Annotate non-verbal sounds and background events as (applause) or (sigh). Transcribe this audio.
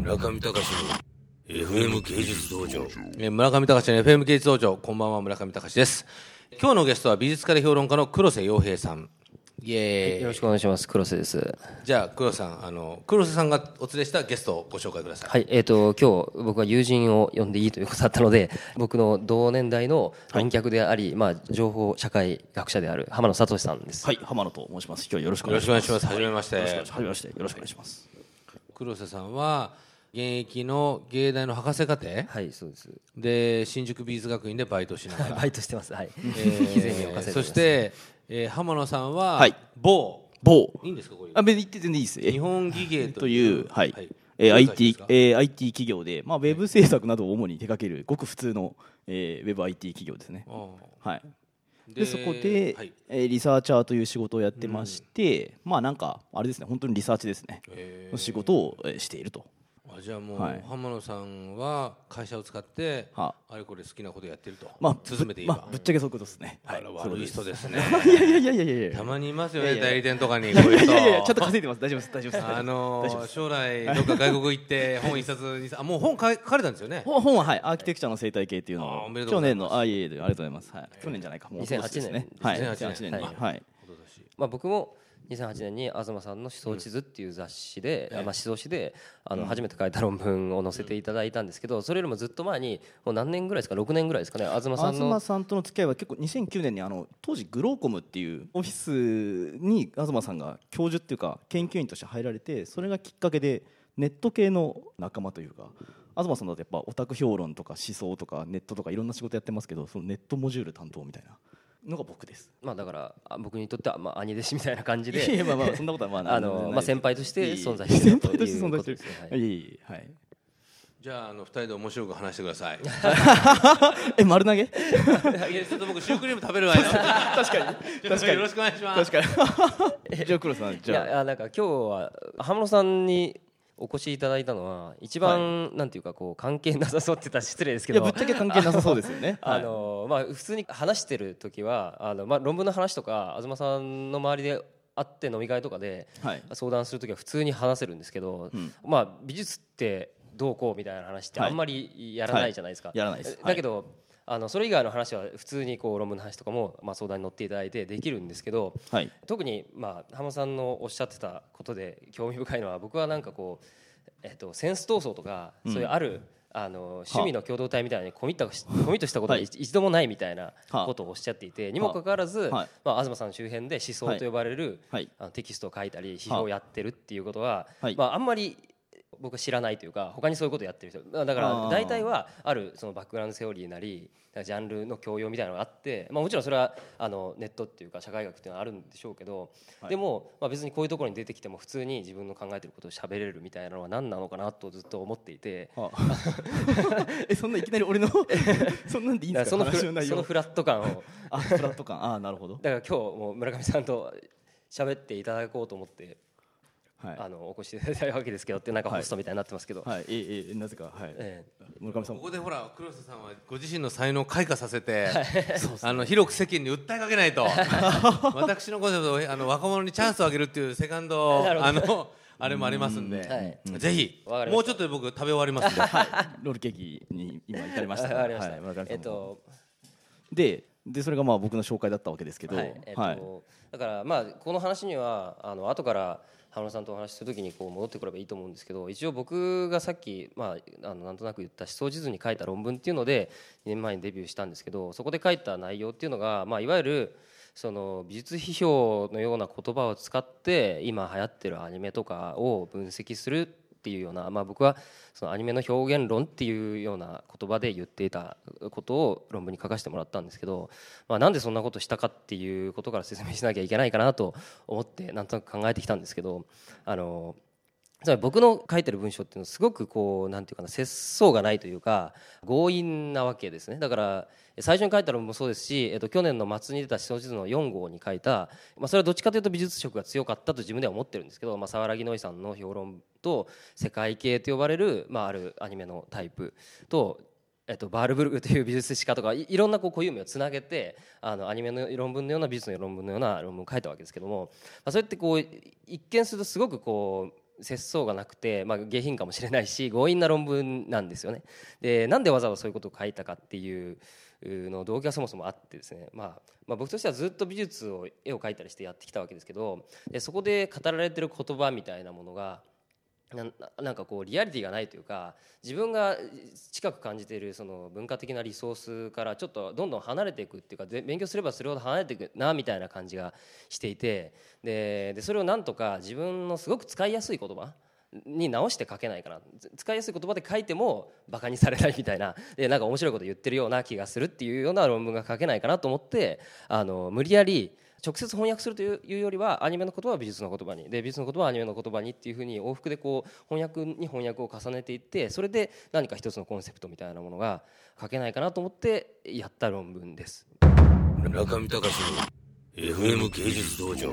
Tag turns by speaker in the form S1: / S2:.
S1: 村上隆の FM 芸術道場
S2: えー村上隆の FM 芸術道場こんばんは村上隆です今日のゲストは美術家で評論家の黒瀬洋平さんイエーイ
S3: よろしくお願いします。黒瀬です。
S2: じゃあ黒瀬さんあの黒瀬さんがお連れしたゲストをご紹介ください、
S3: はい、えっ、と、今日僕は友人を呼んでいいということだったので、 (laughs) 僕の同年代の論客であり、まあ、情報社会学者である浜野聡さんです。
S4: はい、浜野と申します。今日はよろしくお
S2: よ
S4: 願
S2: ろ
S4: い
S2: し
S4: し
S2: くお願
S4: ま
S2: い
S4: す。
S2: しますはじめまして、
S4: よろしくお願いします。よろしくお願いします。
S2: 黒瀬さんは現役の芸大の博士課程
S3: はい、そうです。
S2: で新宿美術学院でバイトしなが (laughs) ら
S3: バイトしてます。はい。
S2: え
S3: 日銭を
S2: ー
S3: 稼いで
S2: そして、えー浜野さんは、
S4: はい
S2: 某
S4: 某。
S2: いいんですかこういう
S4: あ、別に言って全然いいです。
S2: 日
S4: え
S2: 本技芸
S4: という、はい。えー
S2: どういう会社です
S4: IT
S2: か、
S4: えー IT 企業で、まあ、ウェブ制作などを主に手掛ける、ごく普通の、えー、ウェブ IT 企業ですね。
S2: あ
S4: は
S2: あ
S4: い。で、そこで、
S2: はい
S4: えーリサーチャーという仕事をやってまして、まあ、なんか、あれですね、本当にリサーチですね。
S2: えー
S4: の仕事をえーしていると。
S2: あじゃあもう、
S4: はい
S2: 浜野さんは会社を使ってあ
S4: は
S2: れこれ好きなことやってると、
S4: まあ、
S2: 進めていいば、
S4: まあ、ぶっちゃけそういうことですね。
S2: あ
S4: はい
S2: ら。悪い人ですね
S4: そう (laughs) いうことです。いやいやいやいやいや
S2: た。まにいますよ
S4: いや
S2: ね
S4: いや
S2: 代理店とかに
S4: い
S2: こ
S4: や
S2: うい
S4: い
S2: う
S4: やい
S2: 人
S4: やいやちゃんと稼いでます。大丈夫です。大丈夫です。
S2: あの
S4: 大丈夫
S2: ー
S4: です
S2: 将来どっか外国行って本一冊にあもう本書かれたんですよね
S4: 本本ははいアーキテクチャの生態系っていう
S2: あー
S4: の
S2: お
S4: を
S2: めでとうご
S4: 去
S2: ざい
S4: 年
S2: ます
S4: のあいえいえありがとうございますはい去年じゃないかもう
S3: 2008
S4: 今ですね
S3: 年
S4: はい
S2: 2008
S4: 2008
S2: 年
S4: 年
S2: はい
S4: にはい
S3: まあ、僕も2008年に東さんの思想地図っていう雑誌で、あまあ、思想誌であの初めて書いた論文を載せていただいたんですけど、それよりもずっと前にもう何年ぐらいですか6年ぐらいですかね東さんの
S4: 東さんとの付き合いは結構2009年にあの当時グローコムっていうオフィスに東さんが教授っていうか研究員として入られてそれがきっかけでネット系の仲間というか東さんだとやっぱオタク評論とか思想とかネットとかいろんな仕事やってますけどそのネットモジュール担当みたいなのが僕です
S3: まあ、だからあ僕にとっては、まあ、兄弟子みたいな感じ
S4: い
S3: (laughs)
S4: やい
S3: で
S4: やまあまあそんなことはまあ
S3: あのまあ先輩として存在して
S4: 先
S3: ると
S4: 輩として
S3: いう
S4: 存
S3: こ
S4: 在
S3: と
S4: してる
S3: ですねはい
S4: いやいやいやはい
S2: じゃああの二人で面白く話してくだ
S4: (laughs)
S2: さい
S4: え丸投げ
S2: いやちょっと僕シュークリーム食べるわ (laughs) よ
S4: 確かに
S2: ちょっとよろしくお願いします
S4: 確
S3: (laughs)
S4: かにじゃあ黒さん
S3: い
S4: じゃあ
S3: やあなんか今日は浜野さんにお越しいただいたのは一番、なんていうかこう関係なさそうって言ったら失礼ですけ
S4: いや
S3: ど
S4: ぶっちゃけ関係なさそうですよね
S3: あのまあ、普通に話してる時はあの、まあ、論文の話とか東さんの周りで会って飲み会とかで
S4: はい
S3: 相談する時は普通に話せるんですけど、
S4: うん
S3: まあ、美術ってどうこうみたいな話って
S4: は
S3: あ
S4: い
S3: んまりやらないじゃないですか。
S4: やらないです
S3: だけど、あのそれ以外の話は普通にこう論文の話とかも、まあ、相談に乗っていただいてできるんですけど、
S4: はい
S3: 特に、まあ、浜さんのおっしゃってたことで興味深いのは僕はなんかこう、えっと、センス闘争とか、そういうあるあの趣味の共同体みたいなのにコミットしコミットしたことが
S4: はい
S3: 一一度もないみたいな
S4: は
S3: ことをおっしゃっていてにもかかわらず、
S4: はい
S3: まあ、東さんの周辺で思想と呼ばれる、
S4: はい
S3: あのテキストを書いたり批評をやってるっていうことは、
S4: はい
S3: まあ、あんまり僕は知らないというか他にそういうことやってる人まあだから
S4: あー
S3: 大体はあるそのバックグラウンドセオリーなりなんかジャンルの教養みたいなのがあって、まあ、もちろんそれはあのネットっていうか社会学っていうのはあるんでしょうけど、
S4: はい
S3: でも、まあ、別にこういうところに出てきても普通に自分の考えてることを喋れるみたいなのは何なのかなとずっと思っていて。
S4: あ (laughs) えそんないきなり俺のそんなんでいいん
S3: だ
S4: で
S3: から
S4: す
S3: そ
S4: か
S3: のフ
S4: 話の内
S3: その
S4: 容
S3: フラット感を
S4: あフラット感あーなるほど
S3: だから今日もう村上さんと喋っていただこうと思って
S4: はい
S3: あのお越しいただいたわけですけどってなんか
S4: は
S3: ホ
S4: い
S3: ストみたいになってますけど、
S4: はいえええなぜかはい
S3: ええ
S4: 村上さん
S2: こ
S4: も
S2: こでほら黒瀬さんはご自身の才能を開花させて、あの広く世間に訴えかけない
S3: (laughs)
S2: と私のコンセプトをあの若者にチャンスをあげるっていうセカンド
S3: (laughs) なるほど
S2: あのあれもありますんで、
S3: はい
S2: ぜひ
S3: わかりま
S2: も
S3: した
S2: うちょっとで僕食べ終わりますんで、
S4: ロールケーキに今至りました
S3: あわかりました、
S4: はい村上さんも
S3: えっと
S4: ででそれがまあ僕の紹介だったわけですけど
S3: はい、えっと
S4: はい
S3: だからまあこの話にはあの後から浜野さんとお話しするときにこう戻ってくればいいと思うんですけど一応僕がさっき、まあ、あのなんとなく言った思想地図に書いた論文っていうので2年前にデビューしたんですけどそこで書いた内容っていうのが、まあ、いわゆるその美術批評のような言葉を使って今流行ってるアニメとかを分析するっていうような、まあ、僕はそのアニメの表現論っていうような言葉で言っていたことを論文に書かせてもらったんですけど、まあ、なんでそんなことしたかっていうことから説明しなきゃいけないかなと思ってなんとなく考えてきたんですけどあのつまり僕の書いてる文章っていうのはすごくこうなんていうかな節操がないというか強引なわけですねだから最初に書いたのもそうですし、えっと、去年の末に出た「思想地図」の4号に書いた、まあ、それはどっちかというと美術色が強かったと自分では思ってるんですけど、まあ、沢良木ノイさんの評論と世界系と呼ばれる、まあ、あるアニメのタイプとえっと、バールブルグという美術史家とかいいろんなこう固有名をつなげてあのアニメの論文のような美術の論文のような論文を書いたわけですけども、まあ、それってこう一見するとすごくこう節操がなくて、まあ、下品かもしれないし強引な論文なんですよね。でなんでわざわざそういうことを書いたかっていうの動機がそもそもあってですね、まあ、まあ僕としてはずっと美術を絵を描いたりしてやってきたわけですけどでそこで語られてる言葉みたいなものがななんかこうリアリティがないというか自分が近く感じているその文化的なリソースからちょっとどんどん離れていくっていうかで勉強すればするほど離れていくなみたいな感じがしていてででそれをなんとか自分のすごく使いやすい言葉に直して書けないかなつ使いやすい言葉で書いてもバカにされないみたいなでなんか面白いこと言ってるような気がするっていうような論文が書けないかなと思ってあの無理やり直接翻訳するというよりはアニメの言葉は美術の言葉にで美術の言葉はアニメの言葉にっていうふうに往復でこう翻訳に翻訳を重ねていってそれで何か一つのコンセプトみたいなものが書けないかなと思ってやった論文です。
S1: 中見隆の FM 芸術道場。